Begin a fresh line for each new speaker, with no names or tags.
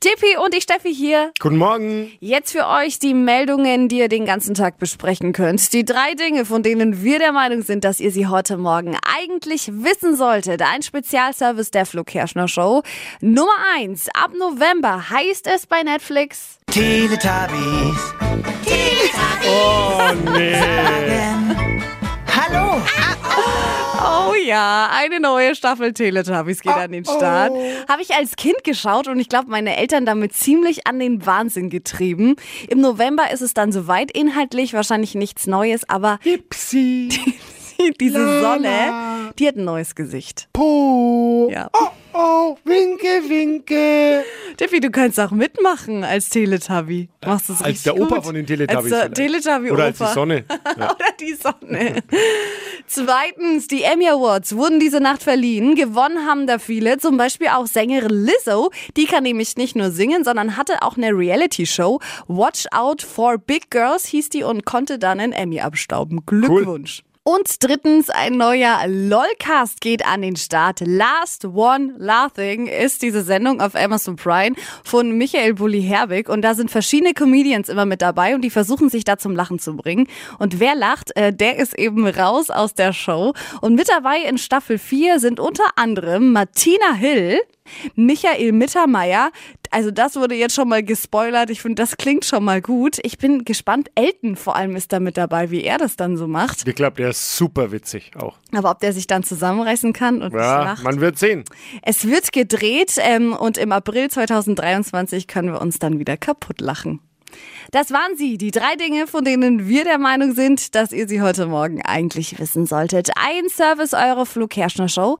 Tippi und die Steffi hier.
Guten Morgen.
Jetzt für euch die Meldungen, die ihr den ganzen Tag besprechen könnt. Die drei Dinge, von denen wir der Meinung sind, dass ihr sie heute Morgen eigentlich wissen solltet. Ein Spezialservice der Flo Kerschner Show. Nummer eins. Ab November heißt es bei Netflix.
Teletubbies.
Oh nee.
Hallo.
Oh ja, eine neue Staffel Teletubbies geht an den Start. Habe ich als Kind geschaut und ich glaube, meine Eltern damit ziemlich an den Wahnsinn getrieben. Im November ist es dann soweit, inhaltlich wahrscheinlich nichts Neues, aber
Ipsi.
diese
Lala.
Sonne, die hat ein neues Gesicht.
Po.
Ja.
Oh, oh, winke, winke.
Diffi, du kannst auch mitmachen als Teletubby. Machst es
Äh, Als der Opa von den Teletubbies.
Als der
vielleicht.
Teletubby-Opa.
Oder als die Sonne. Ja.
Oder die Sonne. Zweitens, die Emmy Awards wurden diese Nacht verliehen. Gewonnen haben da viele, zum Beispiel auch Sängerin Lizzo. Die kann nämlich nicht nur singen, sondern hatte auch eine Reality-Show. Watch Out for Big Girls hieß die und konnte dann einen Emmy abstauben. Glückwunsch. Und drittens, ein neuer LOLcast geht an den Start. Last One Laughing ist diese Sendung auf Amazon Prime von Michael Bulli Herbig. Und da sind verschiedene Comedians immer mit dabei und die versuchen sich da zum Lachen zu bringen. Und wer lacht, äh, der ist eben raus aus der Show. Und mit dabei in Staffel 4 sind unter anderem Martina Hill, Michael Mittermeier. Also das wurde jetzt schon mal gespoilert. Ich finde, das klingt schon mal gut. Ich bin gespannt. Elton vor allem ist da mit dabei, wie er das dann so macht.
Ich glaube, der ist super witzig auch.
Aber ob der sich dann zusammenreißen kann und nicht
Ja,
lacht.
man wird sehen.
Es wird gedreht ähm, und im April 2023 können wir uns dann wieder kaputt lachen. Das waren sie, die drei Dinge, von denen wir der Meinung sind, dass ihr sie heute Morgen eigentlich wissen solltet. Ein Service eurer Flo Kerschner Show.